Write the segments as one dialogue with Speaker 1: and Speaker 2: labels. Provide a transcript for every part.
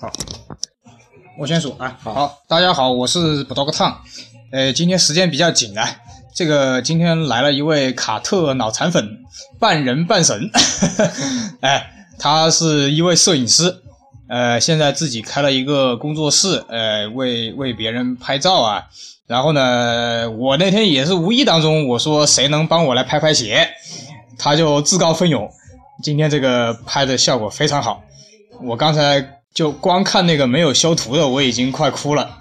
Speaker 1: 好，我先数啊。好，大家好，我是 Dog Tom。呃，今天时间比较紧啊，这个今天来了一位卡特脑残粉，半人半神。 哎，他是一位摄影师，呃，现在自己开了一个工作室，呃，为为别人拍照啊。然后呢，我那天也是无意当中，我说谁能帮我来拍拍鞋，他就自告奋勇。今天这个拍的效果非常好，我刚才就光看那个没有修图的，我已经快哭了。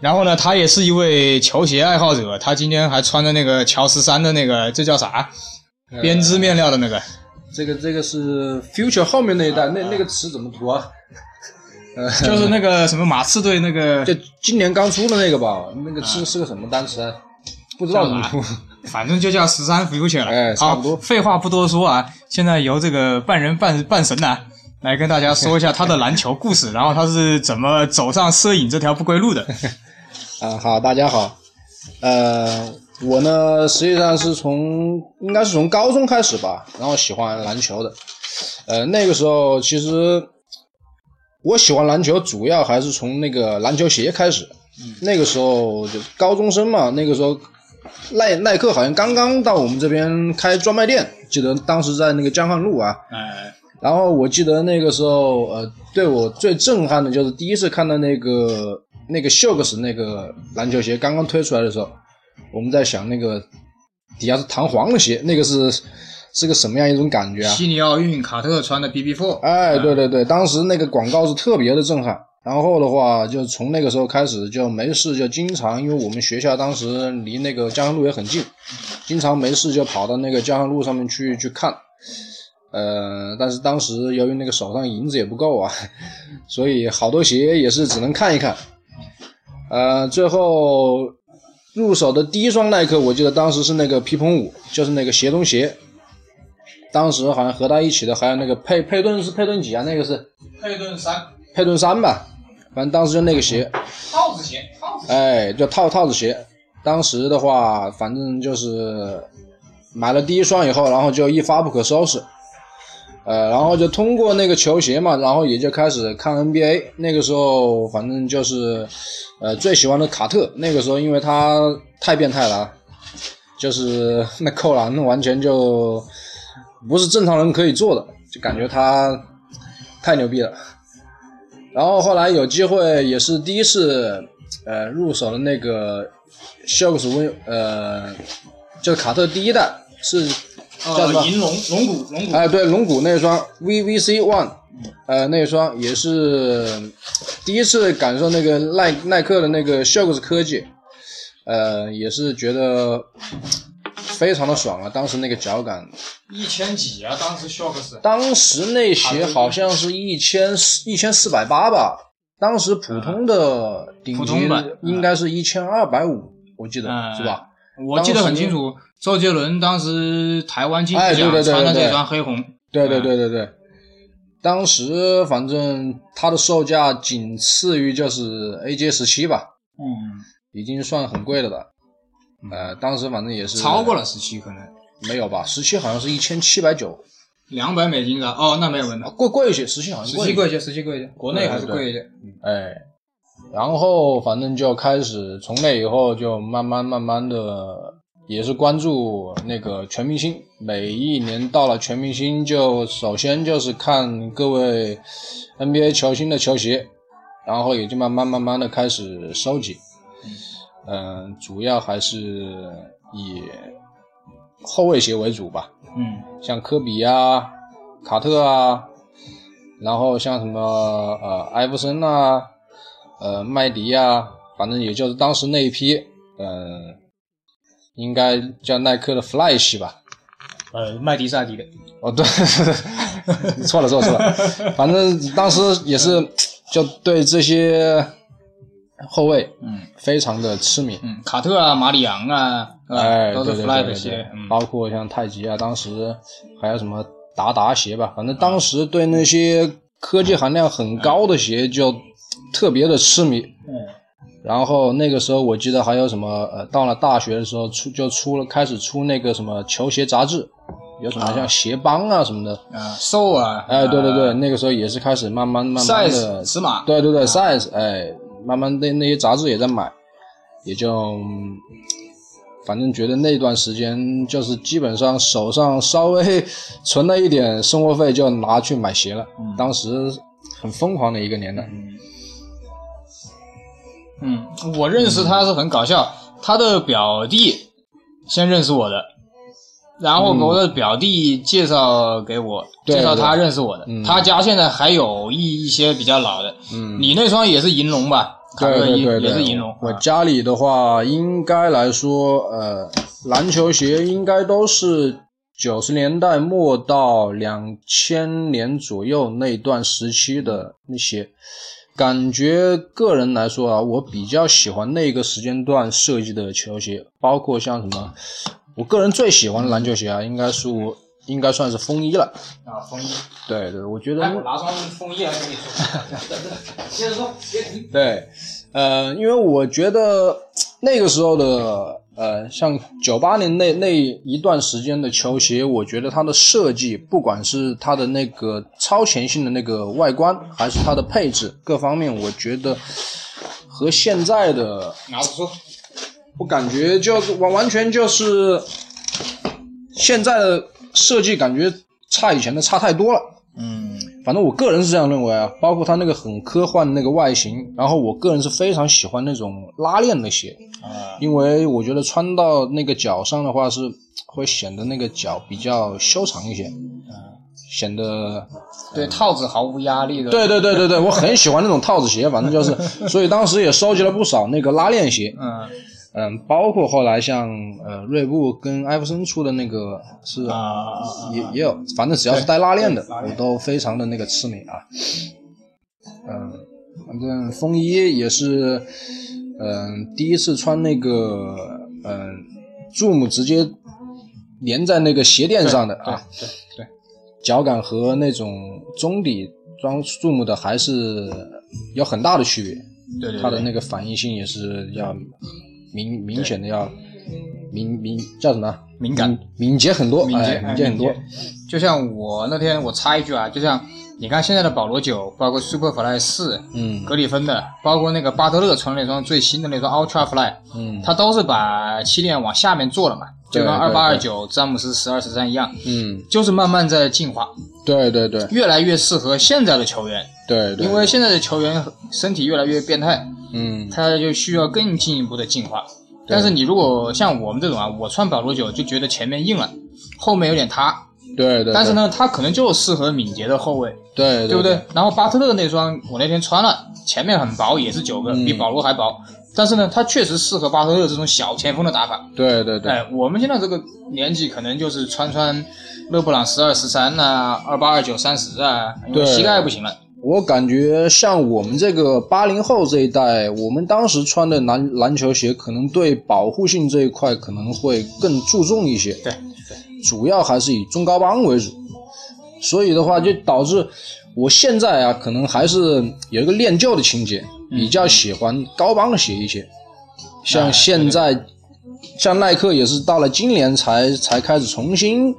Speaker 1: 然后呢，他也是一位球鞋爱好者，他今天还穿的那个乔十三的那个，这叫啥？
Speaker 2: 呃
Speaker 1: 编织面料的那 个。
Speaker 2: 这个这个是 future 后面那一代，那那个词怎么读啊？
Speaker 1: 就是那个什么马刺队那个，
Speaker 2: 就今年刚出的那个吧，那个是是个什么单词啊？不知道怎么读。
Speaker 1: 反正就叫十三 future 了。
Speaker 2: 哎差
Speaker 1: 好
Speaker 2: 不多，
Speaker 1: 废话不多说啊，现在由这个半人半半神啊，来跟大家说一下他的篮球故事，然后他是怎么走上摄影这条不归路 的。
Speaker 2: 啊，好，大家好，呃，我呢实际上是从应该是从高中开始吧，然后喜欢篮球的，呃，那个时候其实我喜欢篮球主要还是从那个篮球鞋开始，那个时候就高中生嘛，那个时候耐耐克好像刚刚到我们这边开专卖店，记得当时在那个江汉路啊，
Speaker 1: 哎，
Speaker 2: 然后我记得那个时候，呃，对我最震撼的就是第一次看到那个那个 Shocks 那个篮球鞋刚刚推出来的时候，我们在想那个底下是弹簧的鞋，那个是是个什么样一种感觉啊？
Speaker 1: 悉尼奥运卡特穿的 BB Four，
Speaker 2: 哎，对对对，当时那个广告是特别的震撼。然后的话，就从那个时候开始就没事就经常，因为我们学校当时离那个江汉路也很近，经常没事就跑到那个江汉路上面去去看。呃，但是当时由于那个手上银子也不够啊， 所以好多鞋也是只能看一看。呃，最后入手的第一双耐克，我记得当时是那个皮蓬五，就是那个鞋中鞋。当时好像合到一起的还有那个佩佩顿是佩顿几啊？那个是
Speaker 1: 佩顿三，
Speaker 2: 佩顿三吧，反正当时就那个鞋，
Speaker 1: 套子鞋，套子。
Speaker 2: 哎，就套套子鞋。当时的话，反正就是买了第一双以后，然后就一发不可收拾。呃，然后就通过那个球鞋嘛，然后也就开始看 NBA。那个时候，反正就是，呃，最喜欢的卡特。那个时候，因为他太变态了啊，就是那扣篮完全就不是正常人可以做的，就感觉他太牛逼了。然后后来有机会也是第一次，呃，入手的那个 Shocks Win，呃，就是卡特第一代是叫什么？
Speaker 1: 呃银龙龙骨龙骨，
Speaker 2: 哎，对，龙骨那双 VVC One，呃，那双也是第一次感受那个耐耐克的那个 Shox 科技，呃，也是觉得非常的爽啊，当时那个脚感，
Speaker 1: 一千几啊，当时 Shocks
Speaker 2: 当时那鞋好像是一千一千四百八吧，当时普通的顶
Speaker 1: 嗯普
Speaker 2: 级
Speaker 1: 通版
Speaker 2: 应该是一千二百五，我记得
Speaker 1: 嗯
Speaker 2: 是吧？
Speaker 1: 我记得很清楚，周杰伦当时台湾金曲
Speaker 2: 哎对
Speaker 1: 奖
Speaker 2: 对对对
Speaker 1: 穿的这
Speaker 2: 对
Speaker 1: 双黑红，
Speaker 2: 对对对对对，当时反正它的售价仅次于就是 AJ 十七吧，
Speaker 1: 嗯，
Speaker 2: 已经算很贵了的。呃，当时反正也是
Speaker 1: 超过了十七可能
Speaker 2: 没有吧？十七好像是一千七百九，
Speaker 1: 两百美金的哦，那没有问题
Speaker 2: 啊，贵贵一些，十七好像
Speaker 1: 十
Speaker 2: 贵
Speaker 1: 七
Speaker 2: 一些。
Speaker 1: 贵一些，十七贵一些，国内还是贵一些。
Speaker 2: 哎，然后反正就开始从那以后就慢慢慢慢的也是关注那个全明星，每一年到了全明星就首先就是看各位 NBA 球星的球鞋，然后也就慢慢慢慢的开始收集，嗯、主要还是以后卫鞋为主吧。
Speaker 1: 嗯，
Speaker 2: 像科比啊、卡特啊，然后像什么呃艾弗森啊、呃麦迪啊，反正也就是当时那一批，嗯、应该叫耐克的 Fly 系吧，
Speaker 1: 呃，麦迪萨迪的，
Speaker 2: 哦，对， 错了错了错了，反正当时也是就对这些后卫
Speaker 1: 嗯
Speaker 2: 非常的痴迷。
Speaker 1: 嗯，卡特啊，马里昂啊，
Speaker 2: 哎，
Speaker 1: 呃都
Speaker 2: 对
Speaker 1: 是
Speaker 2: 对
Speaker 1: fly
Speaker 2: 对
Speaker 1: 的
Speaker 2: 对
Speaker 1: 鞋
Speaker 2: 对，
Speaker 1: 嗯，
Speaker 2: 包括像太极啊，当时还有什么达达鞋吧，反正当时对那些科技含量很高的鞋就特别的痴迷。
Speaker 1: 嗯
Speaker 2: 然后那个时候我记得还有什么呃，到了大学的时候出就出了开始出那个什么球鞋杂志，有什么像鞋帮啊什么的，
Speaker 1: 啊，瘦啊，
Speaker 2: 哎，对对对，那个时候也是开始慢慢慢慢的
Speaker 1: ，size 尺码，
Speaker 2: 对对对，size，哎，慢慢那那些杂志也在买，也就，嗯反正觉得那段时间就是基本上手上稍微存了一点生活费就拿去买鞋了，
Speaker 1: 嗯
Speaker 2: 当时很疯狂的一个年代。
Speaker 1: 嗯，我认识他是很搞笑，他的表弟先认识我的，然后我的表弟介绍给我，
Speaker 2: 嗯对
Speaker 1: 介绍他认识我的。
Speaker 2: 嗯
Speaker 1: 他家现在还有一一些比较老的，
Speaker 2: 嗯，
Speaker 1: 你那双也是银龙吧？卡
Speaker 2: 对
Speaker 1: 克
Speaker 2: 对
Speaker 1: 一
Speaker 2: 对对，
Speaker 1: 也是银龙，
Speaker 2: 我
Speaker 1: 啊
Speaker 2: 家里的话，应该来说，呃，篮球鞋应该都是九十年代末到两千年左右那段时期的那些。感觉个人来说啊，我比较喜欢那个时间段设计的球鞋，包括像什么，我个人最喜欢的篮球鞋啊，应该是我应该算是风衣了。
Speaker 1: 啊，风衣。
Speaker 2: 对对，我觉得
Speaker 1: 哎，我拿双风衣来跟你 说，接着说，别停。
Speaker 2: 对，呃，因为我觉得那个时候的呃，像九八年那那一段时间的球鞋，我觉得它的设计，不管是它的那个超前性的那个外观，还是它的配置各方面，我觉得和现在的
Speaker 1: 拿着说，
Speaker 2: 我感觉就是完完全就是现在的设计感觉差以前的差太多了。
Speaker 1: 嗯
Speaker 2: 反正我个人是这样认为啊，包括它那个很科幻的那个外形，然后我个人是非常喜欢那种拉链的鞋，
Speaker 1: 啊，
Speaker 2: 因为我觉得穿到那个脚上的话是会显得那个脚比较修长一些，显得
Speaker 1: 对套子毫无压力的。，
Speaker 2: 对对对对对，我很喜欢那种套子鞋，反正就是，所以当时也收集了不少那个拉链鞋，
Speaker 1: 嗯
Speaker 2: 嗯，包括后来像呃锐步跟艾弗森出的那个是
Speaker 1: 啊啊
Speaker 2: 也也有，反正只要是带拉链的，
Speaker 1: 对拉链
Speaker 2: 我都非常的那个痴迷啊。嗯，反正风衣也是，嗯、第一次穿那个，嗯、z o o m 直接粘在那个鞋垫上的啊，
Speaker 1: 对对
Speaker 2: 脚感和那种中底装 Zoom 的还是有很大的区别。
Speaker 1: 对啊对，
Speaker 2: 它的那个反应性也是要明明显的要明明叫什么啊
Speaker 1: 敏感
Speaker 2: 敏捷很多，
Speaker 1: 敏捷
Speaker 2: 哎
Speaker 1: 哎
Speaker 2: 敏捷很多
Speaker 1: 敏。就像我那天我插一句啊，就像你看现在的保罗九，包括 Superfly 四、
Speaker 2: 嗯
Speaker 1: 格里芬的，包括那个巴特勒穿的那双最新的那双 Ultrafly，
Speaker 2: 嗯
Speaker 1: 它都是把气垫往下面做了嘛，就
Speaker 2: 对
Speaker 1: 跟二
Speaker 2: 对
Speaker 1: 八二九、詹姆斯十二十三一样，
Speaker 2: 嗯，
Speaker 1: 就是慢慢在进化，
Speaker 2: 对对对
Speaker 1: 越来越适合现在的球员，
Speaker 2: 对对，
Speaker 1: 因为现在的球员身体越来越变态，
Speaker 2: 嗯
Speaker 1: 它就需要更进一步的进化。
Speaker 2: 对
Speaker 1: 但是你如果像我们这种啊，我穿保罗九就觉得前面硬了，后面有点塌，
Speaker 2: 对对，
Speaker 1: 但是呢，它可能就适合敏捷的后卫，
Speaker 2: 对，对
Speaker 1: 对
Speaker 2: 对
Speaker 1: 不对？？然后巴特勒那双我那天穿了，前面很薄，也是九个，
Speaker 2: 嗯
Speaker 1: 比保罗还薄。但是呢，它确实适合巴特勒这种小前锋的打法。
Speaker 2: 对对对
Speaker 1: 哎，我们现在这个年纪，可能就是穿穿勒布朗十二、十三呐，二八、二九、三十啊，因为
Speaker 2: 对
Speaker 1: 膝盖不行了。
Speaker 2: 我感觉像我们这个八零后这一代，我们当时穿的篮篮球鞋，可能对保护性这一块可能会更注重一些。
Speaker 1: 对，
Speaker 2: 主要还是以中高帮为主，所以的话就导致我现在啊，可能还是有一个恋旧的情节，比较喜欢高帮的鞋一些。像现在，像耐克也是到了今年才才开始重新，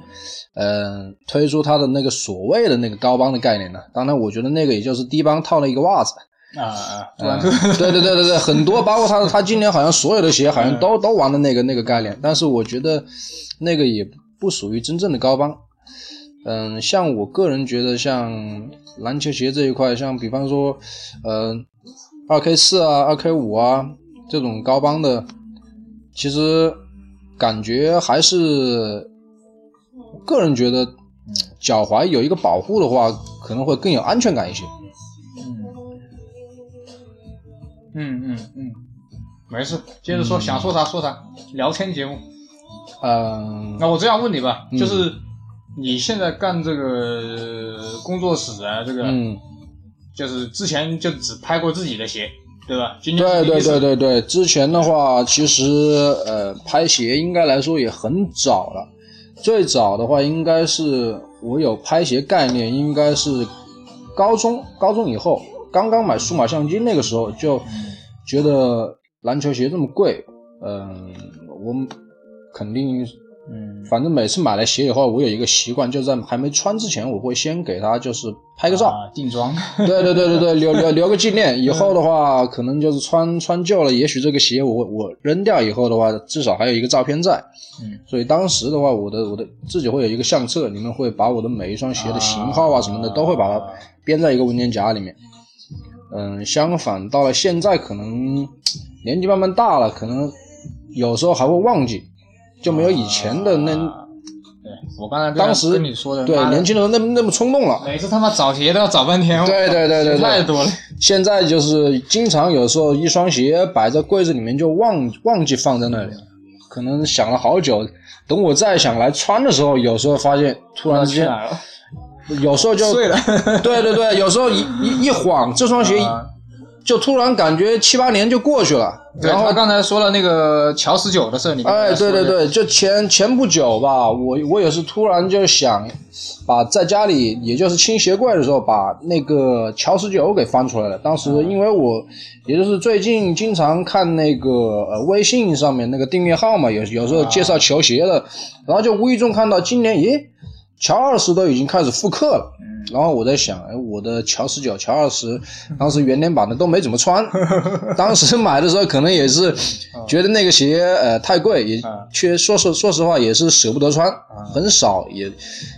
Speaker 2: 嗯、推出它的那个所谓的那个高帮的概念呢。当然，我觉得那个也就是低帮套了一个袜子。
Speaker 1: 啊啊，杜
Speaker 2: 嗯
Speaker 1: 兰特，
Speaker 2: 对对对对对，很多，包括他他今年好像所有的鞋好像都都玩的那个那个概念，但是我觉得那个也不属于真正的高帮。嗯，像我个人觉得，像篮球鞋这一块，像比方说，呃，二 K 四啊、二 K 五啊这种高帮的，其实感觉还是，个人觉得脚踝有一个保护的话，可能会更有安全感一些。
Speaker 1: 嗯嗯嗯，没事，接着说，想说啥说啥，聊天节目。
Speaker 2: 嗯，
Speaker 1: 那我这样问你吧，
Speaker 2: 嗯
Speaker 1: 就是你现在干这个工作室啊，这个、
Speaker 2: 嗯。
Speaker 1: 就是之前就只拍过自己的鞋，对吧？今天
Speaker 2: 对
Speaker 1: 是第一
Speaker 2: 对
Speaker 1: 次
Speaker 2: 对对对，之前的话，其实呃，拍鞋应该来说也很早了。最早的话，应该是我有拍鞋概念，应该是高中高中以后，刚刚买数码相机那个时候就呃觉得篮球鞋这么贵，嗯、我们肯定
Speaker 1: 嗯
Speaker 2: 反正每次买了鞋以后，我有一个习惯，就在还没穿之前，我会先给它就是拍个照，
Speaker 1: 啊定妆，
Speaker 2: 对对对对对，留留留个纪念。以后的话，可能就是穿穿旧了，也许这个鞋我我扔掉以后的话，至少还有一个照片在。
Speaker 1: 嗯，
Speaker 2: 所以当时的话，我的我的自己会有一个相册，里面会把我的每一双鞋的型号啊什么的，都会把它编在一个文件夹里面。嗯，相反，到了现在，可能年纪慢慢大了，可能有时候还会忘记，就没有以前的那、
Speaker 1: 啊对我刚才跟
Speaker 2: 当时
Speaker 1: 跟你说的，
Speaker 2: 对
Speaker 1: 妈的
Speaker 2: 年轻的时候那么那么冲动了。
Speaker 1: 每次他妈找鞋都要找半天，
Speaker 2: 对对对对对
Speaker 1: 太多了。
Speaker 2: 现在就是经常有时候一双鞋摆在柜子里面就忘忘记放在那里了，可能想了好久，等我再想来穿的时候，有时候发现突然之
Speaker 1: 去
Speaker 2: 间，
Speaker 1: 哪儿了？
Speaker 2: 有时候就
Speaker 1: 啊睡了。
Speaker 2: 对对对，有时候一一一晃，这双鞋
Speaker 1: 啊
Speaker 2: 就突然感觉七八年就过去了，
Speaker 1: 对
Speaker 2: 然后
Speaker 1: 他刚才说了那个乔十九的事儿，你刚才
Speaker 2: 哎，
Speaker 1: 说
Speaker 2: 对
Speaker 1: 的
Speaker 2: 对对，就前前不久吧，我我也是突然就想把在家里，也就是清鞋柜的时候，把那个乔十九给翻出来了。当时
Speaker 1: 嗯
Speaker 2: 因为我，也就是最近经常看那个呃微信上面那个订阅号嘛，有有时候
Speaker 1: 啊
Speaker 2: 介绍球鞋的，然后就无意中看到今年，咦，乔二十都已经开始复刻了。然后我在想，哎，我的乔十九、乔二十，当时原年版的都没怎么穿，当时买的时候可能也是觉得那个鞋呃太贵，也
Speaker 1: 嗯
Speaker 2: 确说实说实话也是舍不得穿，很少也，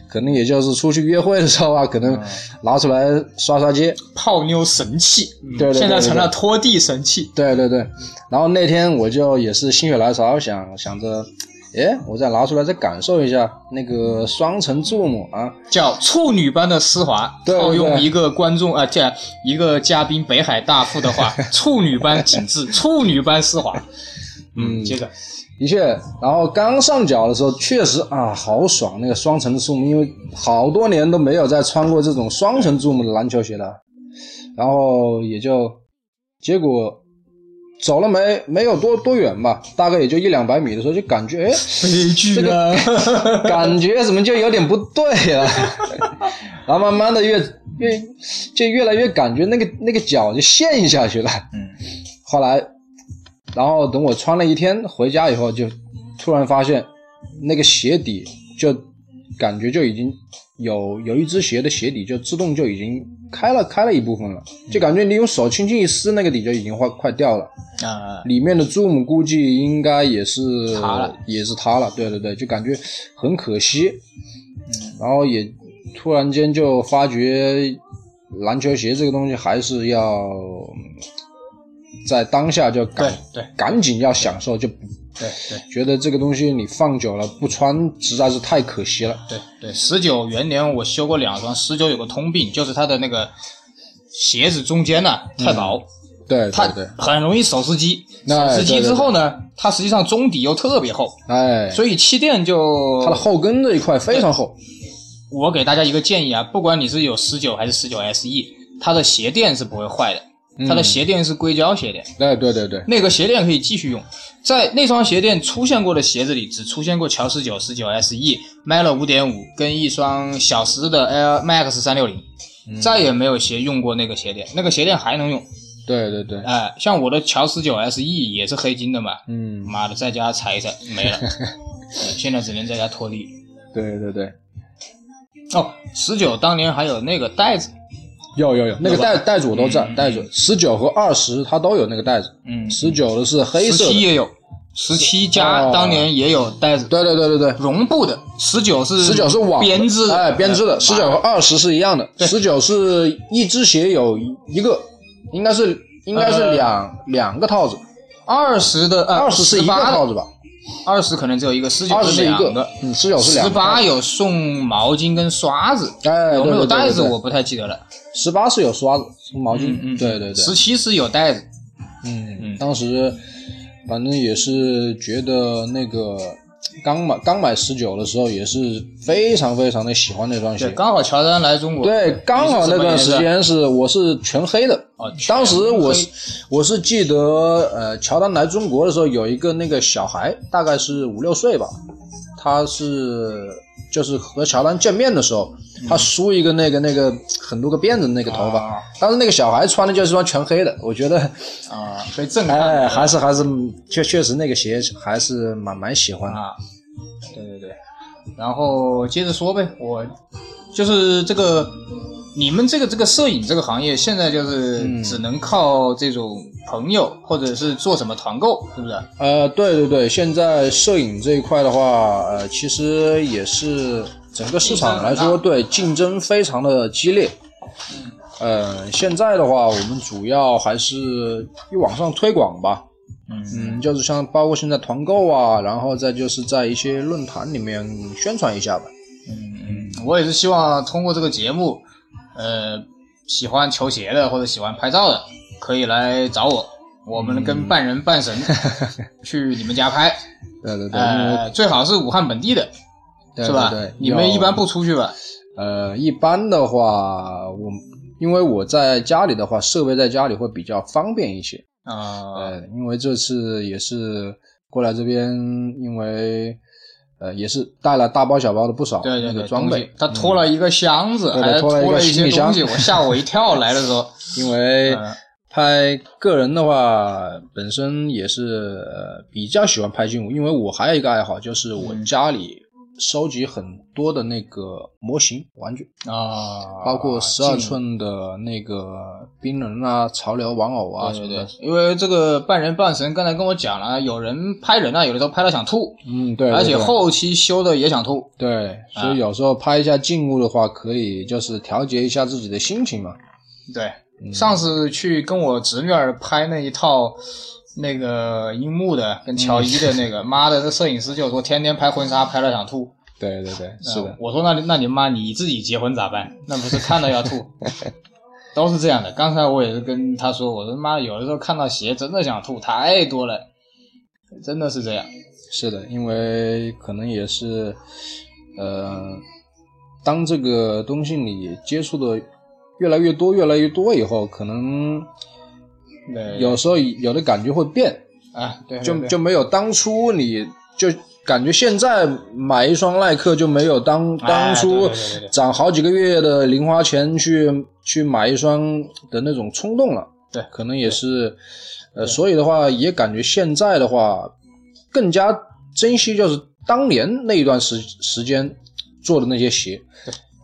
Speaker 2: 可能也就是出去约会的时候啊，可能拿出来刷刷街，
Speaker 1: 泡妞神器，嗯
Speaker 2: 对对对
Speaker 1: 现在
Speaker 2: 对
Speaker 1: 成
Speaker 2: 对
Speaker 1: 了拖地神器。
Speaker 2: 对对对，然后那天我就也是心血来潮，想想着，哎，我再拿出来再感受一下那个双层注母啊，
Speaker 1: 叫处女般的丝滑，
Speaker 2: 对对
Speaker 1: 套用
Speaker 2: 对
Speaker 1: 一个观众啊，这一个嘉宾北海大富的话，处女般紧致，处女般丝滑。嗯，接着，
Speaker 2: 的确，然后刚上脚的时候确实啊，好爽那个双层的注目，因为好多年都没有再穿过这种双层注目的篮球鞋了，然后也就结果走了没没有多多远吧，大概也就一两百米的时候就感觉哎。
Speaker 1: 悲剧了。
Speaker 2: 感觉怎么就有点不对了，然后慢慢的越越就越来越感觉那个那个脚就陷下去了。
Speaker 1: 嗯，
Speaker 2: 后来，然后等我穿了一天回家以后，就突然发现那个鞋底就感觉就已经有有一只鞋的鞋底就自动就已经开了开了一部分了，就感觉你用手轻轻一撕，那个底就已经快快掉了。
Speaker 1: 啊，
Speaker 2: 里面的 Zoom 估计应该也是
Speaker 1: 塌了
Speaker 2: 也是塌了，对对对，就感觉很可惜。嗯然后也突然间就发觉，篮球鞋这个东西还是要嗯在当下就
Speaker 1: 对
Speaker 2: 赶
Speaker 1: 对
Speaker 2: 赶紧要享受，就不
Speaker 1: 对对
Speaker 2: 觉得这个东西你放久了不穿实在是太可惜了。
Speaker 1: 对对，十九元年我修过两双，十九有个通病，就是它的那个鞋子中间呢、太薄，
Speaker 2: 嗯对
Speaker 1: 它
Speaker 2: 对对，
Speaker 1: 很容易手撕鸡。
Speaker 2: 哎
Speaker 1: 手撕鸡
Speaker 2: 对对
Speaker 1: 之后呢，它实际上中底又特别厚，
Speaker 2: 哎，
Speaker 1: 所以气垫就
Speaker 2: 它的后跟这一块非常厚。
Speaker 1: 我给大家一个建议啊，不管你是有十九还是十九 SE，它的鞋垫是不会坏的，它的鞋垫是硅胶鞋垫，
Speaker 2: 哎，对对对，
Speaker 1: 那个鞋垫可以继续用。在那双鞋垫出现过的鞋子里，只出现过乔十九、十九 SE、Melo 五点五跟一双小时的 Air Max 三六零，再也没有鞋用过那个鞋垫，那个鞋垫还能用。
Speaker 2: 对对对，
Speaker 1: 哎、像我的乔十九 SE 也是黑金的嘛，
Speaker 2: 嗯，
Speaker 1: 妈的，在家踩一踩没了，对现在只能在家拖地。
Speaker 2: 对对对，
Speaker 1: 哦，十九当年还有那个袋子，
Speaker 2: 有有有，嗯那个袋袋子我都在，袋子十九和二十它都有那个袋子，
Speaker 1: 嗯，
Speaker 2: 十九的是黑
Speaker 1: 十
Speaker 2: 色
Speaker 1: 七
Speaker 2: 的，
Speaker 1: 也有，十七加
Speaker 2: 哦
Speaker 1: 当年也有袋子，
Speaker 2: 对对对对对，
Speaker 1: 绒布的，十九是
Speaker 2: 十九是网
Speaker 1: 编织的，
Speaker 2: 哎，编织的，十九和二十是一样的，十九是一只鞋有一个，应该是应该是
Speaker 1: 呃
Speaker 2: 两两个套子，
Speaker 1: 二十的呃
Speaker 2: 二十是一个套
Speaker 1: 的，
Speaker 2: 子吧，
Speaker 1: 二十可能只有一个，十
Speaker 2: 二
Speaker 1: 九
Speaker 2: 十是一
Speaker 1: 两
Speaker 2: 个，嗯，十九是两
Speaker 1: 十
Speaker 2: 个套
Speaker 1: 八
Speaker 2: 子，
Speaker 1: 有送毛巾跟刷子，
Speaker 2: 哎，
Speaker 1: 有没有袋子我
Speaker 2: 我
Speaker 1: 不太记得了。
Speaker 2: 十八是有刷子、毛巾，
Speaker 1: 嗯
Speaker 2: 对对对，
Speaker 1: 十七是有袋子，
Speaker 2: 嗯，当时反正也是觉得那个刚买刚买十九的时候，也是非常非常的喜欢那双
Speaker 1: 对，
Speaker 2: 鞋。
Speaker 1: 刚好乔丹来中国，
Speaker 2: 对，刚好那段时
Speaker 1: 你是什么颜
Speaker 2: 间是我是全黑的，
Speaker 1: 哦全黑
Speaker 2: 当时我是我是记得，呃，乔丹来中国的时候有一个那个小孩，大概是五六岁吧，他是就是和乔丹见面的时候，他梳一个那个那个很多个辫子的那个头发，
Speaker 1: 啊
Speaker 2: 当时那个小孩穿的就是双全黑的，我觉得
Speaker 1: 色啊，被震撼
Speaker 2: 哎，
Speaker 1: 了
Speaker 2: 还是还是确确实那个鞋还是蛮蛮喜欢的。
Speaker 1: 啊，对对然后接着说呗，我就是这个你们这个这个摄影这个行业，现在就是
Speaker 2: 嗯
Speaker 1: 只能靠这种朋友，或者是做什么团购，是不是？
Speaker 2: 呃，对对对，现在摄影这一块的话，呃，其实也是整个市场来
Speaker 1: 竞争
Speaker 2: 说，
Speaker 1: 很
Speaker 2: 对竞争非常的激烈。呃，现在的话，我们主要还是以网上推广吧，
Speaker 1: 嗯
Speaker 2: 嗯，就是像包括现在团购啊，然后再就是在一些论坛里面宣传一下吧。
Speaker 1: 嗯嗯，我也是希望通过这个节目，呃，喜欢球鞋的或者喜欢拍照的，可以来找我，我们跟半人半神去你们家拍，
Speaker 2: 对嗯 对对，因为
Speaker 1: 呃，最好是武汉本地的，
Speaker 2: 对
Speaker 1: 是吧？
Speaker 2: 对对
Speaker 1: 你们
Speaker 2: 要
Speaker 1: 一般不出去吧？
Speaker 2: 呃，一般的话，我因为我在家里的话，设备在家里会比较方便一些。
Speaker 1: 啊、
Speaker 2: 呃，因为这次也是过来这边，因为呃也是带了大包小包的不少
Speaker 1: 对对
Speaker 2: 那
Speaker 1: 对，
Speaker 2: 个装
Speaker 1: 东
Speaker 2: 备
Speaker 1: 西，他拖了一个箱子，
Speaker 2: 对
Speaker 1: 还
Speaker 2: 对拖了一个
Speaker 1: 了一
Speaker 2: 行
Speaker 1: 些
Speaker 2: 李
Speaker 1: 东
Speaker 2: 箱
Speaker 1: 西，我吓我一跳。来的时 候，
Speaker 2: 因为
Speaker 1: 嗯
Speaker 2: 拍个人的话，本身也是呃比较喜欢拍静物，因为我还有一个爱好，就是我
Speaker 1: 嗯
Speaker 2: 家里收集很多的那个模型玩具，
Speaker 1: 啊，
Speaker 2: 包括十二
Speaker 1: 进
Speaker 2: 寸的那个冰人啊、潮流玩偶啊什
Speaker 1: 对
Speaker 2: 么
Speaker 1: 对对
Speaker 2: 的。，
Speaker 1: 因为这个半人半神刚才跟我讲了，有人拍人啊，有的时候拍到想吐，
Speaker 2: 嗯，对，对
Speaker 1: 而且
Speaker 2: 对
Speaker 1: 后期修的也想吐。
Speaker 2: 对，所
Speaker 1: 啊
Speaker 2: 以有时候拍一下静物的话，可以就是调节一下自己的心情嘛。
Speaker 1: 对，上次去跟我侄女儿拍那一套。那个樱木的跟乔
Speaker 2: 嗯
Speaker 1: 伊的那个，妈的，这摄影师就说天天拍婚纱拍到想吐。
Speaker 2: 对对对，是
Speaker 1: 嗯
Speaker 2: 的，
Speaker 1: 我说那你那你妈你自己结婚咋办？ 那不是看到要 吐，都是这样的。刚才我也是跟他说，我说妈，有的时候看到鞋真的想吐，太多了，真的是这样。
Speaker 2: 是的，因为可能也是，呃，当这个东西你接触的越来越多、越来越多以后，可能
Speaker 1: 对，
Speaker 2: 有时候有的感觉会变，
Speaker 1: 啊，对，对
Speaker 2: 就
Speaker 1: 对
Speaker 2: 就没有当初你就感觉现在买一双耐克就没有当
Speaker 1: 哎
Speaker 2: 当
Speaker 1: 对
Speaker 2: 初
Speaker 1: 对对对对
Speaker 2: 攒好几个月的零花钱去去买一双的那种冲动了。
Speaker 1: 对
Speaker 2: 可能也是，呃，所以的话也感觉现在的话更加珍惜就是当年那一段时时间做的那些鞋。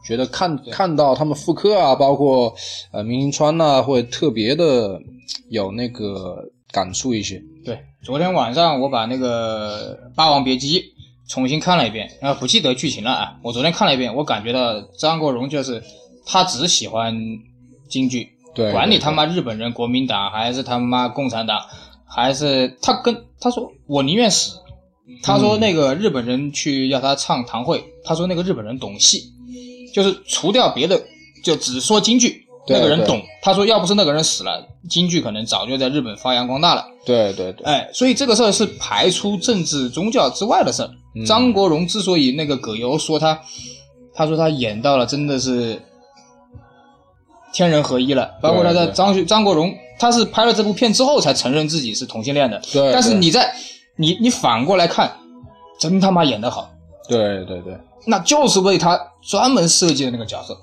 Speaker 2: 觉得看看到他们复刻啊，包括呃明星穿呐、会特别的有那个感触一些。
Speaker 1: 对，昨天晚上我把那个《霸王别姬》重新看了一遍，啊，不记得剧情了啊。我昨天看了一遍，我感觉到张国荣就是他只喜欢京剧，
Speaker 2: 对
Speaker 1: 管你
Speaker 2: 对
Speaker 1: 他妈日本人、国民党还是他妈共产党，还是他跟他说我宁愿死。他说那个日本人去要他唱堂会，他说那个日本人懂戏，就是除掉别的，就只说京剧。
Speaker 2: 对
Speaker 1: 那个人
Speaker 2: 对
Speaker 1: 懂，他说要不是那个人死了，京剧可能早就在日本发扬光大了。
Speaker 2: 对对对，
Speaker 1: 哎，所以这个事儿是排除政治宗教之外的事儿。
Speaker 2: 嗯
Speaker 1: 张国荣之所以那个葛优说他，他说他演到了真的是天人合一了，包括他在
Speaker 2: 对对
Speaker 1: 张学张国荣，他是拍了这部片之后才承认自己是同性恋的。
Speaker 2: 对
Speaker 1: 但是
Speaker 2: 对
Speaker 1: 你在你你反过来看，真他妈演得好，
Speaker 2: 对对对，
Speaker 1: 那就是为他专门设计的那个角色。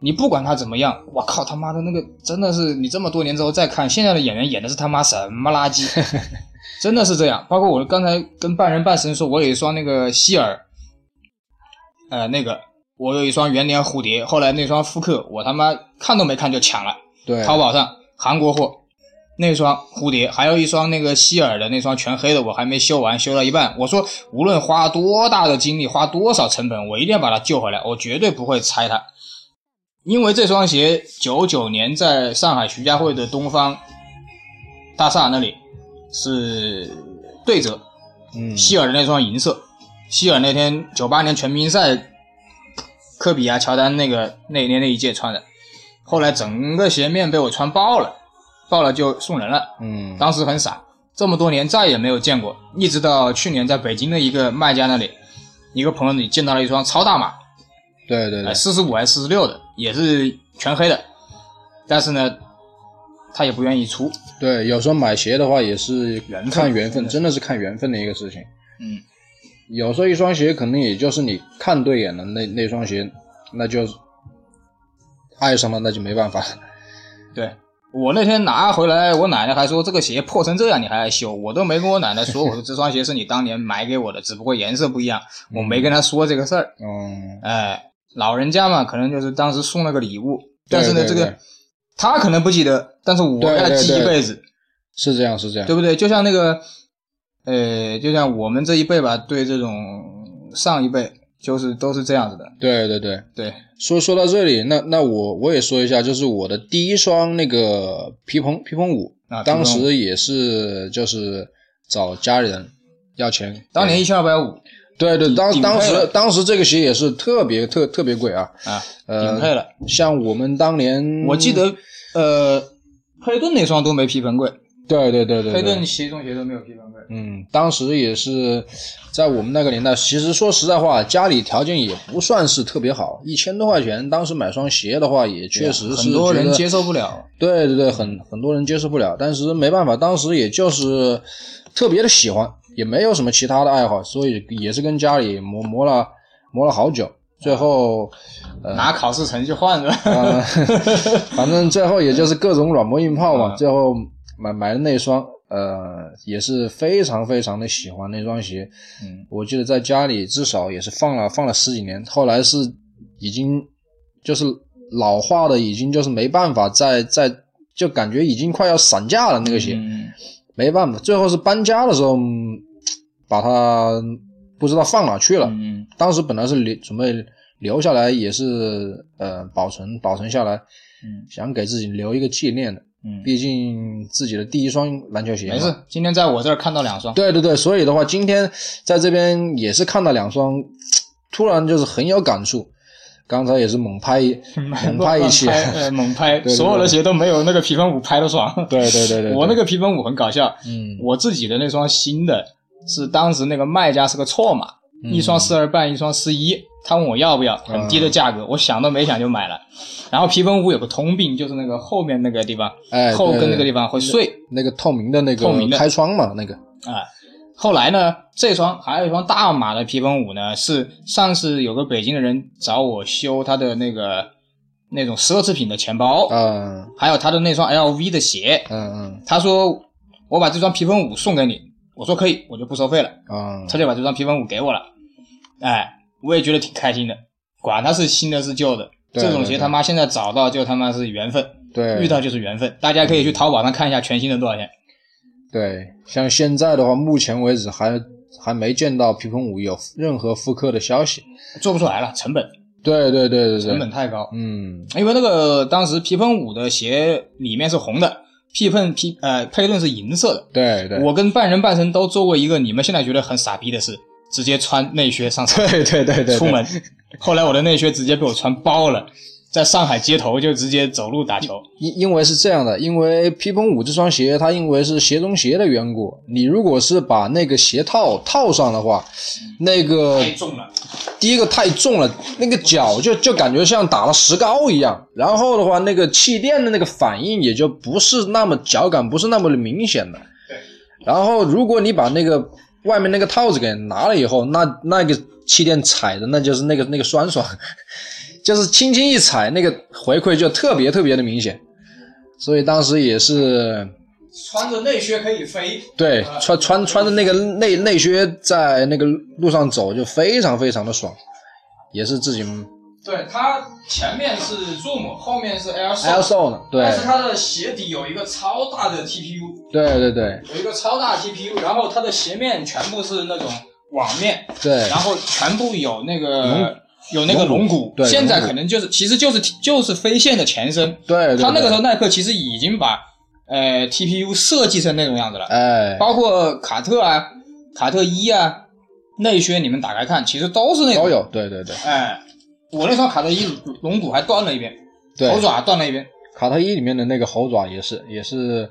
Speaker 1: 你不管他怎么样，我靠他妈的那个真的是你这么多年之后再看现在的演员演的是他妈什么垃圾，真的是这样。包括我刚才跟半人半神说，我有一双那个希尔，呃，那个我有一双元年蝴蝶，后来那双复刻我他妈看都没看就抢了，
Speaker 2: 对
Speaker 1: 淘宝上韩国货。那双蝴蝶，还有一双那个希尔的那双全黑的，我还没修完，修到一半。我说，无论花多大的精力，花多少成本，我一定要把它救回来，我绝对不会拆它。因为这双鞋九九年在上海徐家汇的东方大厦那里是对折，
Speaker 2: 嗯，
Speaker 1: 希尔的那双银色，希尔那天九八年全明星赛，科比啊、乔丹那个那年那一届穿的，后来整个鞋面被我穿爆了，爆了就送人了，
Speaker 2: 嗯，
Speaker 1: 当时很傻，这么多年再也没有见过，一直到去年在北京的一个卖家那里，一个朋友那里见到了一双超大码，
Speaker 2: 对对对
Speaker 1: 哎，，四十五还是四十六的，也是全黑的，但是呢，他也不愿意出，
Speaker 2: 对，有时候买鞋的话也是
Speaker 1: 缘分
Speaker 2: 看缘分，
Speaker 1: 真的是
Speaker 2: 真的是看缘分的一个事情。
Speaker 1: 嗯，
Speaker 2: 有时候一双鞋可能也就是你看对眼了，那 那双鞋，那就爱上了，那就没办法。
Speaker 1: 对，我那天拿回来，我奶奶还说这个鞋破成这样你还来修，我都没跟我奶奶说，我说这双鞋是你当年买给我的，只不过颜色不一样，我没跟她说这个事儿。
Speaker 2: 嗯，
Speaker 1: 哎，老人家嘛，可能就是当时送了个礼物，
Speaker 2: 对
Speaker 1: 但是呢，
Speaker 2: 对
Speaker 1: 这个
Speaker 2: 对
Speaker 1: 他可能不记得，但是我
Speaker 2: 对
Speaker 1: 要
Speaker 2: 对
Speaker 1: 记一
Speaker 2: 对
Speaker 1: 辈子，
Speaker 2: 是这样，是这样。
Speaker 1: 对不对？就像那个，呃，就像我们这一辈吧，对这种上一辈就是都是这样子的，
Speaker 2: 对对对，
Speaker 1: 对，
Speaker 2: 说说到这里，那那我我也说一下，就是我的第一双那个皮蓬皮蓬五，
Speaker 1: 啊皮
Speaker 2: 当
Speaker 1: 蓬
Speaker 2: 时也是就是找家里人要钱，
Speaker 1: 当年一千二百五
Speaker 2: 对对，当
Speaker 1: 顶配
Speaker 2: 当
Speaker 1: 了
Speaker 2: 时当时这个鞋也是特别特特别贵啊，
Speaker 1: 啊，顶配
Speaker 2: 呃，
Speaker 1: 了。
Speaker 2: 像我们当年
Speaker 1: 我记，得，呃，佩顿那双都没皮盆贵，
Speaker 2: 对对对对，
Speaker 1: 佩
Speaker 2: 对
Speaker 1: 顿鞋中鞋都没有皮盆贵。
Speaker 2: 嗯，当时也是在我们那个年代，其实说实在话，家里条件也不算是特别好，一千多块钱，当时买双鞋的话，也确实是
Speaker 1: 啊很多
Speaker 2: 觉
Speaker 1: 人
Speaker 2: 得
Speaker 1: 接受不 了。
Speaker 2: 对对对，很很多人接受不了，但是没办法，当时也就是特别的喜欢，也没有什么其他的爱好，所以也是跟家里磨磨了磨了好久，最后
Speaker 1: 拿考试成绩换 是吧？
Speaker 2: 呃，反正最后也就是各种软磨硬泡嘛，最后买买的那双，呃，也是非常非常的喜欢那双鞋。
Speaker 1: 嗯，
Speaker 2: 我记得在家里至少也是放了放了十几年，后来是已经就是老化的，已经就是没办法再再就感觉已经快要散架了那个鞋，
Speaker 1: 嗯，
Speaker 2: 没办法，最后是搬家的时候嗯把它不知道放哪去了。
Speaker 1: 嗯，
Speaker 2: 当时本来是留准备留下来，也是呃保存保存下来，
Speaker 1: 嗯
Speaker 2: 想给自己留一个纪念的，
Speaker 1: 嗯
Speaker 2: 毕竟自己的第一双篮球鞋嘛
Speaker 1: 没事。今天在我这儿看到两双，
Speaker 2: 对对对，所以的话，今天在这边也是看到两双，突然就是很有感触。刚才也是猛 拍一猛拍一气，
Speaker 1: 拍呃猛拍，
Speaker 2: 对对
Speaker 1: 所有的鞋都没有那个皮分五拍的爽。
Speaker 2: 对对对 对，
Speaker 1: 我那
Speaker 2: 个
Speaker 1: 个皮分五很搞笑，
Speaker 2: 嗯
Speaker 1: 我自己的那双新的是当时那个卖家是个错码，
Speaker 2: 嗯
Speaker 1: 一双四二半，一双四一。他问我要不要，很低的价格，我想都没想就买了。然后皮分五有个通病，就是那个后面那个地方，
Speaker 2: 哎
Speaker 1: 后跟那个地
Speaker 2: 方
Speaker 1: 方会碎
Speaker 2: 那个透明的那
Speaker 1: 透明
Speaker 2: 个
Speaker 1: 的
Speaker 2: 开窗嘛，那个
Speaker 1: 啊。后来呢，这双还有一双大码的皮蓬五呢，是上次有个北京的人找我修他的那个那种奢侈品的钱包，
Speaker 2: 嗯
Speaker 1: 还有他的那双 LV 的鞋，
Speaker 2: 嗯
Speaker 1: 他说我把这双皮蓬五送给你，我说可以，我就不收费了。
Speaker 2: 嗯嗯
Speaker 1: 他就把这双皮风五给我了，哎，我也觉得挺开心的。管他是新的是旧的，
Speaker 2: 对
Speaker 1: 这种
Speaker 2: 对
Speaker 1: 鞋
Speaker 2: 对
Speaker 1: 他妈现在找到就他妈是缘分，
Speaker 2: 对
Speaker 1: 遇到就是缘分。大家可以去淘宝上看一下全新的多少钱。
Speaker 2: 对，像现在的话，目前为止还还没见到皮蓬五有任何复刻的消息。
Speaker 1: 做不出来了，成本
Speaker 2: 对对对对
Speaker 1: 成
Speaker 2: 对，
Speaker 1: 本太高。
Speaker 2: 嗯，
Speaker 1: 因为那个当时皮蓬五的鞋里面是红的，皮蓬皮呃佩顿是银色的。
Speaker 2: 对对，
Speaker 1: 我跟半人半神都做过一个你们现在觉得很傻逼的事，直接穿内靴上场
Speaker 2: 对对对对，
Speaker 1: 出门。后来我的内靴直接被我穿爆了，在上海街头就直接走路打球。
Speaker 2: 因因为是这样的，因为皮蓬五这双鞋，它因为是鞋中鞋的缘故，你如果是把那个鞋套套上的话，那个
Speaker 1: 重了。
Speaker 2: 第一个太重了，那个脚就就感觉像打了石膏一样。然后的话，那个气垫的那个反应也就不是那么脚感不是那么的明显的。然后如果你把那个外面那个套子给拿了以后，那那个气垫踩的那就是那个那个酸爽， 就是轻轻一踩，那个回馈就特别特别的明显。所以当时也是
Speaker 1: 穿着内靴可以飞。
Speaker 2: 对穿穿穿着那个内内靴在那个路上走，就非常非常的爽，也是自己
Speaker 1: 对，它前面是 Zoom，后面是 L
Speaker 2: L Soul 呢？对
Speaker 1: 但是它的鞋底有一个超大的 TPU，
Speaker 2: 对对对
Speaker 1: 有一个超大 TPU，然后它的鞋面全部是那种网面，
Speaker 2: 对
Speaker 1: 然后全部有那个。有那个
Speaker 2: 龙
Speaker 1: 龙
Speaker 2: 骨
Speaker 1: 骨，
Speaker 2: 对
Speaker 1: 现在
Speaker 2: 龙骨
Speaker 1: 可能就是，其实就是就是飞线的前身。
Speaker 2: 对对，
Speaker 1: 它那个时
Speaker 2: 对
Speaker 1: 候耐克其实已经把呃 TPU 设计成那种样子了，
Speaker 2: 哎，
Speaker 1: 包括卡特啊、卡特一啊、内靴，你们打开看，其实都是那
Speaker 2: 都
Speaker 1: 种。
Speaker 2: 有，对对对
Speaker 1: 哎，我那双卡特一龙骨还断了一边，头
Speaker 2: 对，
Speaker 1: 爪断了一边。
Speaker 2: 卡特一里面的那个猴爪也是也是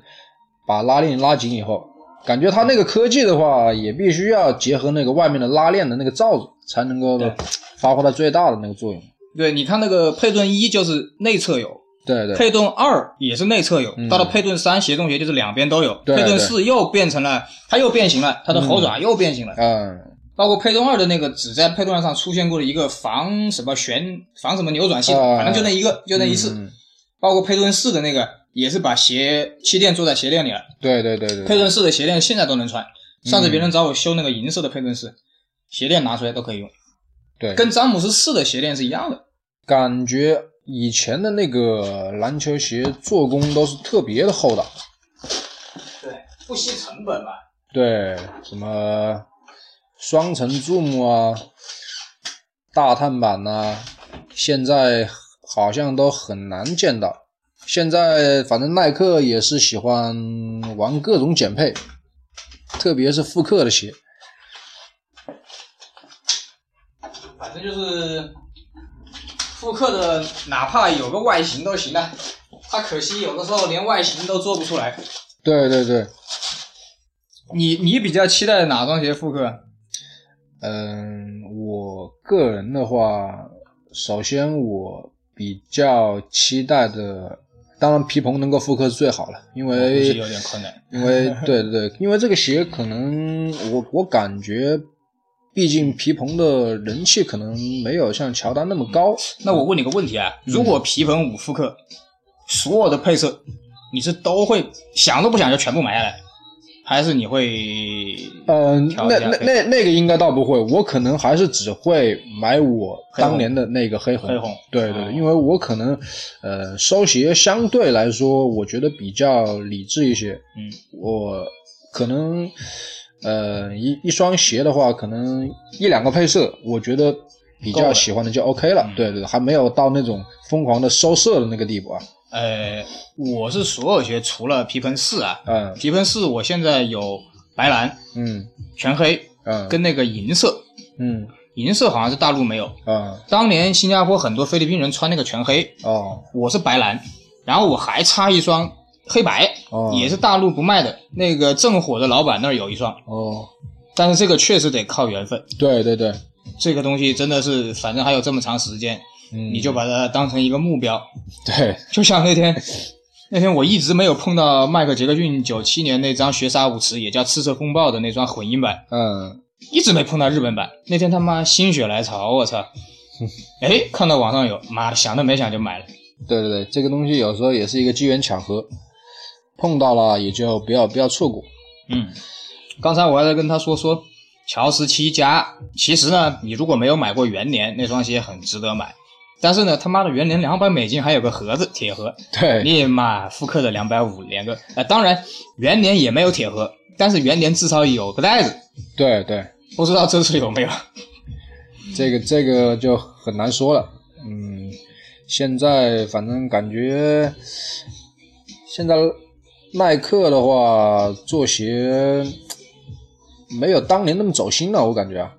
Speaker 2: 把拉链拉紧以后，感觉它那个科技的话，也必须要结合那个外面的拉链的那个罩子，才能够
Speaker 1: 对
Speaker 2: 发挥它最大的那个作用。
Speaker 1: 对，你看那个佩顿一就是内侧有，
Speaker 2: 对对
Speaker 1: 佩顿二也是内侧有，
Speaker 2: 嗯
Speaker 1: 到了佩顿三鞋中鞋就是两边都有。
Speaker 2: 对
Speaker 1: 佩顿四又变成了，它又变形了，它的猴爪又变形了。
Speaker 2: 嗯，
Speaker 1: 包括佩顿二的那个只在佩顿上出现过的一个防什么旋防什么扭转系统，
Speaker 2: 啊
Speaker 1: 反正就那一个，就那一次。
Speaker 2: 嗯
Speaker 1: 包括佩顿四的那个也是把鞋气垫做在鞋垫里了。
Speaker 2: 对对对对嗯
Speaker 1: 佩
Speaker 2: 对，
Speaker 1: 顿式的鞋垫现在都能穿，上次别人找我修那个银色的佩顿式、鞋垫拿出来都可以用，
Speaker 2: 对
Speaker 1: 跟詹姆斯四的鞋垫是一样的。
Speaker 2: 感觉以前的那个篮球鞋做工都是特别的厚道。
Speaker 1: 对，不惜成本嘛。
Speaker 2: 对，什么双层 Zoom 啊，大碳板呐、现在好像都很难见到。现在反正耐克也是喜欢玩各种减配，特别是复刻的鞋。
Speaker 1: 反正就是复刻的，哪怕有个外形都行啊。他可惜有的时候连外形都做不出来。
Speaker 2: 对对对，
Speaker 1: 你你比较期待哪双鞋复刻？
Speaker 2: 嗯，我个人的话，首先我比较期待的，当然皮蓬能够复刻是最好了，因
Speaker 1: 估
Speaker 2: 为
Speaker 1: 计有点困难。
Speaker 2: 因为对对对，因为这个鞋可能我我感觉，毕竟皮蓬的人气可能没有像乔丹那么高。
Speaker 1: 那我问你个问题啊，如果皮蓬五复刻，所有的配色你是都会想都不想就全部买下来，还是你会
Speaker 2: 嗯、
Speaker 1: 调一
Speaker 2: 那
Speaker 1: 下
Speaker 2: 那
Speaker 1: 配
Speaker 2: 那那个应该倒不会，我可能还是只会买我
Speaker 1: 黑红
Speaker 2: 当年的那个黑红。
Speaker 1: 黑红
Speaker 2: 对
Speaker 1: 哦
Speaker 2: 对，因为我可能，呃，收鞋相对来说，我觉得比较理智一些。
Speaker 1: 嗯，
Speaker 2: 我可能，呃，一一双鞋的话，可能一两个配色，我觉得比
Speaker 1: 够
Speaker 2: 较
Speaker 1: 了嗯
Speaker 2: 喜欢的就 OK 了。对对，还没有到那种疯狂的收色的那个地步啊。
Speaker 1: 呃，我是所有鞋除了皮蓬四啊，
Speaker 2: 嗯
Speaker 1: 皮蓬四我现在有白蓝、
Speaker 2: 嗯
Speaker 1: 全黑
Speaker 2: 嗯，
Speaker 1: 跟那个银色，
Speaker 2: 嗯
Speaker 1: 银色好像是大陆没有。
Speaker 2: 啊
Speaker 1: 当年新加坡很多菲律宾人穿那个全黑，
Speaker 2: 哦
Speaker 1: 我是白蓝，然后我还差一双黑白，
Speaker 2: 哦
Speaker 1: 也是大陆不卖的，那个正火的老板那儿有一双，
Speaker 2: 哦，
Speaker 1: 但是这个确实得靠缘分，
Speaker 2: 对对对，
Speaker 1: 这个东西真的是，反正还有这么长时间，
Speaker 2: 嗯
Speaker 1: 你就把它当成一个目标，
Speaker 2: 对。
Speaker 1: 就像那天。那天我一直没有碰到迈克杰克逊九七年那张学杀舞池，也叫《赤色风暴》的那双混音版，
Speaker 2: 嗯，
Speaker 1: 一直没碰到日本版。那天他妈心血来潮，我操！哎，看到网上有，妈的，想都没想就买了。
Speaker 2: 对对对，这个东西有时候也是一个机缘巧合，碰到了也就不要不要错过。
Speaker 1: 嗯，刚才我还在跟他说说乔十七加，其实呢，你如果没有买过元年那双鞋，很值得买。但是呢，他妈的元年两百美金还有个盒子铁盒，
Speaker 2: 对，
Speaker 1: 立马复刻的两百五连个。呃，当然元年也没有铁盒，但是元年至少有个袋子，
Speaker 2: 对对，
Speaker 1: 不知道这次有没有。
Speaker 2: 这个这个就很难说了。嗯，现在反正感觉，现在耐克的话做鞋没有当年那么走心了，我感觉啊，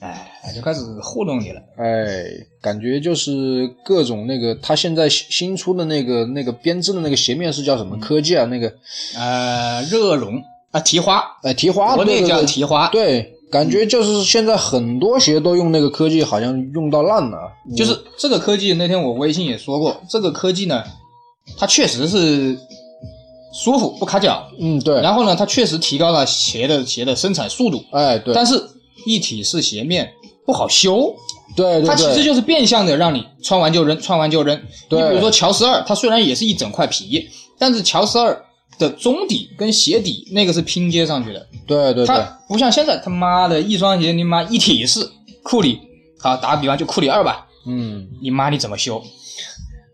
Speaker 1: 哎， 就开始糊弄你了。
Speaker 2: 哎，感觉就是各种那个他现在新新出的那个那个编织的那个鞋面是叫什么科技啊？那个
Speaker 1: 呃，热熔啊，提花，
Speaker 2: 哎提花，
Speaker 1: 国
Speaker 2: 对
Speaker 1: 内
Speaker 2: 对
Speaker 1: 叫
Speaker 2: 对，
Speaker 1: 提花，
Speaker 2: 对，感觉就是现在很多鞋都用那个科技，好像用到烂了。
Speaker 1: 就是这个科技。那天我微信也说过，这个科技呢，它确实是舒服不卡脚，
Speaker 2: 嗯，对，
Speaker 1: 然后呢，它确实提高了鞋的鞋的生产速度，
Speaker 2: 哎，对，
Speaker 1: 但是一体式鞋面不好修，
Speaker 2: 对对
Speaker 1: 它其实
Speaker 2: 对，
Speaker 1: 就是变相的让你穿完就扔，穿完就扔。你
Speaker 2: 对
Speaker 1: 比如说乔十二，它虽然也是一整块皮，但是乔十二的中底跟鞋底那个是拼接上去的，
Speaker 2: 对对对，
Speaker 1: 它不像现在他妈的一双鞋你妈一体式，库里，好打个比方就库里二吧，
Speaker 2: 嗯，
Speaker 1: 你妈你怎么修？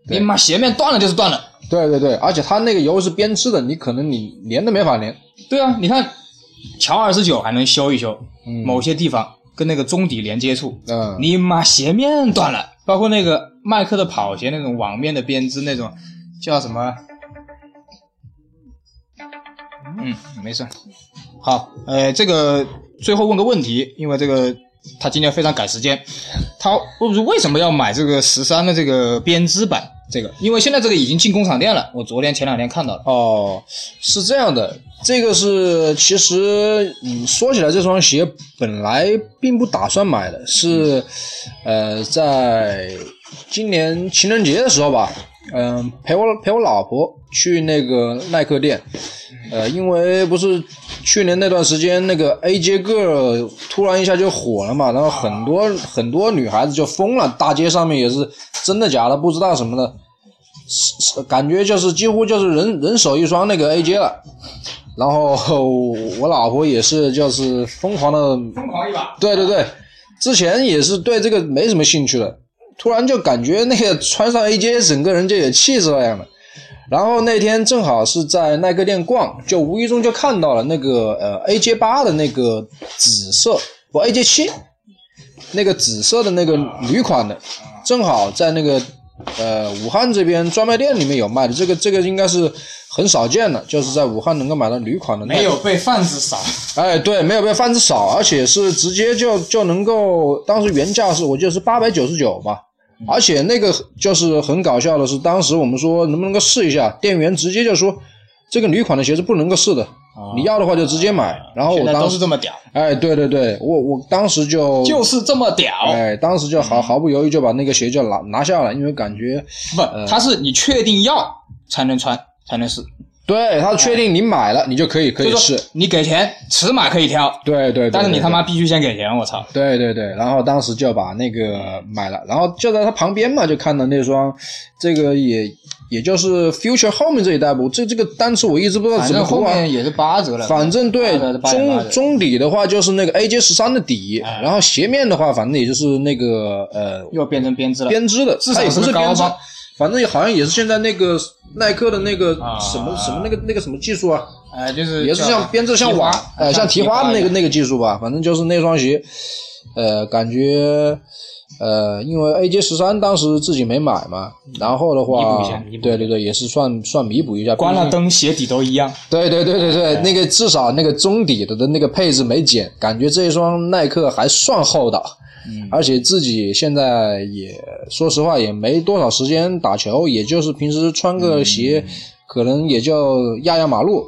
Speaker 2: 对
Speaker 1: 你妈鞋面断了就是断了。
Speaker 2: 对对对，而且它那个油是编织的，你可能你连都没法连。
Speaker 1: 对啊，你看乔二十九还能修一修，
Speaker 2: 嗯
Speaker 1: 某些地方跟那个中底连接处，
Speaker 2: 嗯，
Speaker 1: 你妈鞋面断了，包括那个耐克的跑鞋那种网面的编织那种，叫什么？嗯，没事。好，呃，这个最后问个问题，因为这个他今天非常赶时间，他为什么要买这个十三的这个编织版？这个，因为现在这个已经进工厂店了，我昨天前两天看到了。
Speaker 2: 哦，是这样的，这个是其实嗯，说起来这双鞋本来并不打算买的，是呃，在今年情人节的时候吧，嗯、陪我陪我老婆去那个耐克店，呃，因为不是去年那段时间那个 AJ Girl 突然一下就火了嘛，然后很多很多女孩子就疯了，大街上面也是真的假的不知道什么的。是感觉就是几乎就是人人手一双那个 AJ 了。然后我老婆也是就是疯狂的，
Speaker 1: 疯狂一把，
Speaker 2: 对对对，之前也是对这个没什么兴趣的，突然就感觉那个穿上 AJ 整个人就有气质那样了。然后那天正好是在耐克店逛，就无意中就看到了那个呃 AJ 八的那个紫色，不 AJ 七，那个紫色的那个女款的，正好在那个呃武汉这边专卖店里面有卖的，这个这个应该是很少见的，就是在武汉能够买到女款的耐克。
Speaker 1: 没有被贩子扫，
Speaker 2: 哎，对，没有被贩子扫，而且是直接就就能够，当时原价是我记得是八百九十九吧，
Speaker 1: 嗯
Speaker 2: 而且那个就是很搞笑的是，当时我们说能不能够试一下，店员直接就说这个女款的鞋子不能够试的，你要的话就直接买。然后
Speaker 1: 啊现
Speaker 2: 我
Speaker 1: 在
Speaker 2: 当
Speaker 1: 都
Speaker 2: 时
Speaker 1: 是，这么屌，
Speaker 2: 哎，对对对，我我当时就
Speaker 1: 就是嗯这么屌。
Speaker 2: 哎，当时就毫毫不犹豫就把那个鞋就拿拿下了，因为感觉
Speaker 1: 不，他是你确定要才能穿，才能试。
Speaker 2: 对他确定你买了，你就可以可以
Speaker 1: 就
Speaker 2: 试
Speaker 1: 是，说你给钱，尺码可以挑，
Speaker 2: 对对对，
Speaker 1: 但是你
Speaker 2: 对
Speaker 1: 他
Speaker 2: 对
Speaker 1: 妈必须先给钱，我操！
Speaker 2: 对对对，然后当时就把那个买了，然后就在他旁边嘛，就看到那双，这个也也就是 future 后面这一代吧，我这这个单词我一直不知道
Speaker 1: 反
Speaker 2: 怎么
Speaker 1: 正
Speaker 2: 读
Speaker 1: 后
Speaker 2: 啊。
Speaker 1: 面也是八折了，
Speaker 2: 反正对
Speaker 1: 八折八折八折
Speaker 2: 中中底的话就是那个 AJ 十三的底，
Speaker 1: 哎
Speaker 2: 然后鞋面的话，反正也就是那个呃
Speaker 1: 又变成编织了。
Speaker 2: 编织的，
Speaker 1: 至
Speaker 2: 它
Speaker 1: 少
Speaker 2: 也
Speaker 1: 是
Speaker 2: 不
Speaker 1: 个
Speaker 2: 是
Speaker 1: 高
Speaker 2: 编织
Speaker 1: 帮，
Speaker 2: 反正好像也是现在那个耐克的那个
Speaker 1: 啊
Speaker 2: 什么、什么那个那个什么技术啊，
Speaker 1: 哎，就是
Speaker 2: 也是
Speaker 1: 叫
Speaker 2: 像编制像
Speaker 1: 提花
Speaker 2: 网，呃，像提花的那个
Speaker 1: 一样
Speaker 2: 那个技术吧，反正就是那双鞋，呃，感觉，呃，因为 AJ 十三当时自己没买嘛，然后的
Speaker 1: 弥补
Speaker 2: 话
Speaker 1: 一下弥，补
Speaker 2: 对对对，也是算算弥补一下，
Speaker 1: 关
Speaker 2: 毕
Speaker 1: 了
Speaker 2: 竟，
Speaker 1: 灯，鞋底都一样。
Speaker 2: 对对对对对，那个至少那个中底的的那个配置没减，感觉这一双耐克还算厚道。而且自己现在也说实话也没多少时间打球，也就是平时穿个鞋，可能也就压压马路。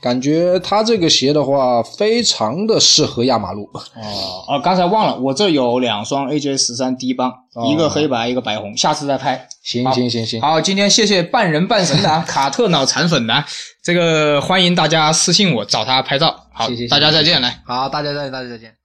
Speaker 2: 感觉他这个鞋的话，非常的适合压马路。
Speaker 1: 哦哦，刚才忘了，我这有两双 AJ 十三低帮，
Speaker 2: 哦
Speaker 1: 一个黑白，一个白红，下次再拍。
Speaker 2: 行行行行，
Speaker 1: 好，今天谢谢半人半神的 啊卡特脑残粉的啊，这个欢迎大家私信我找他拍照。好，
Speaker 2: 谢谢谢谢
Speaker 1: 大家再见，来。
Speaker 2: 好，大家再见，大家再见。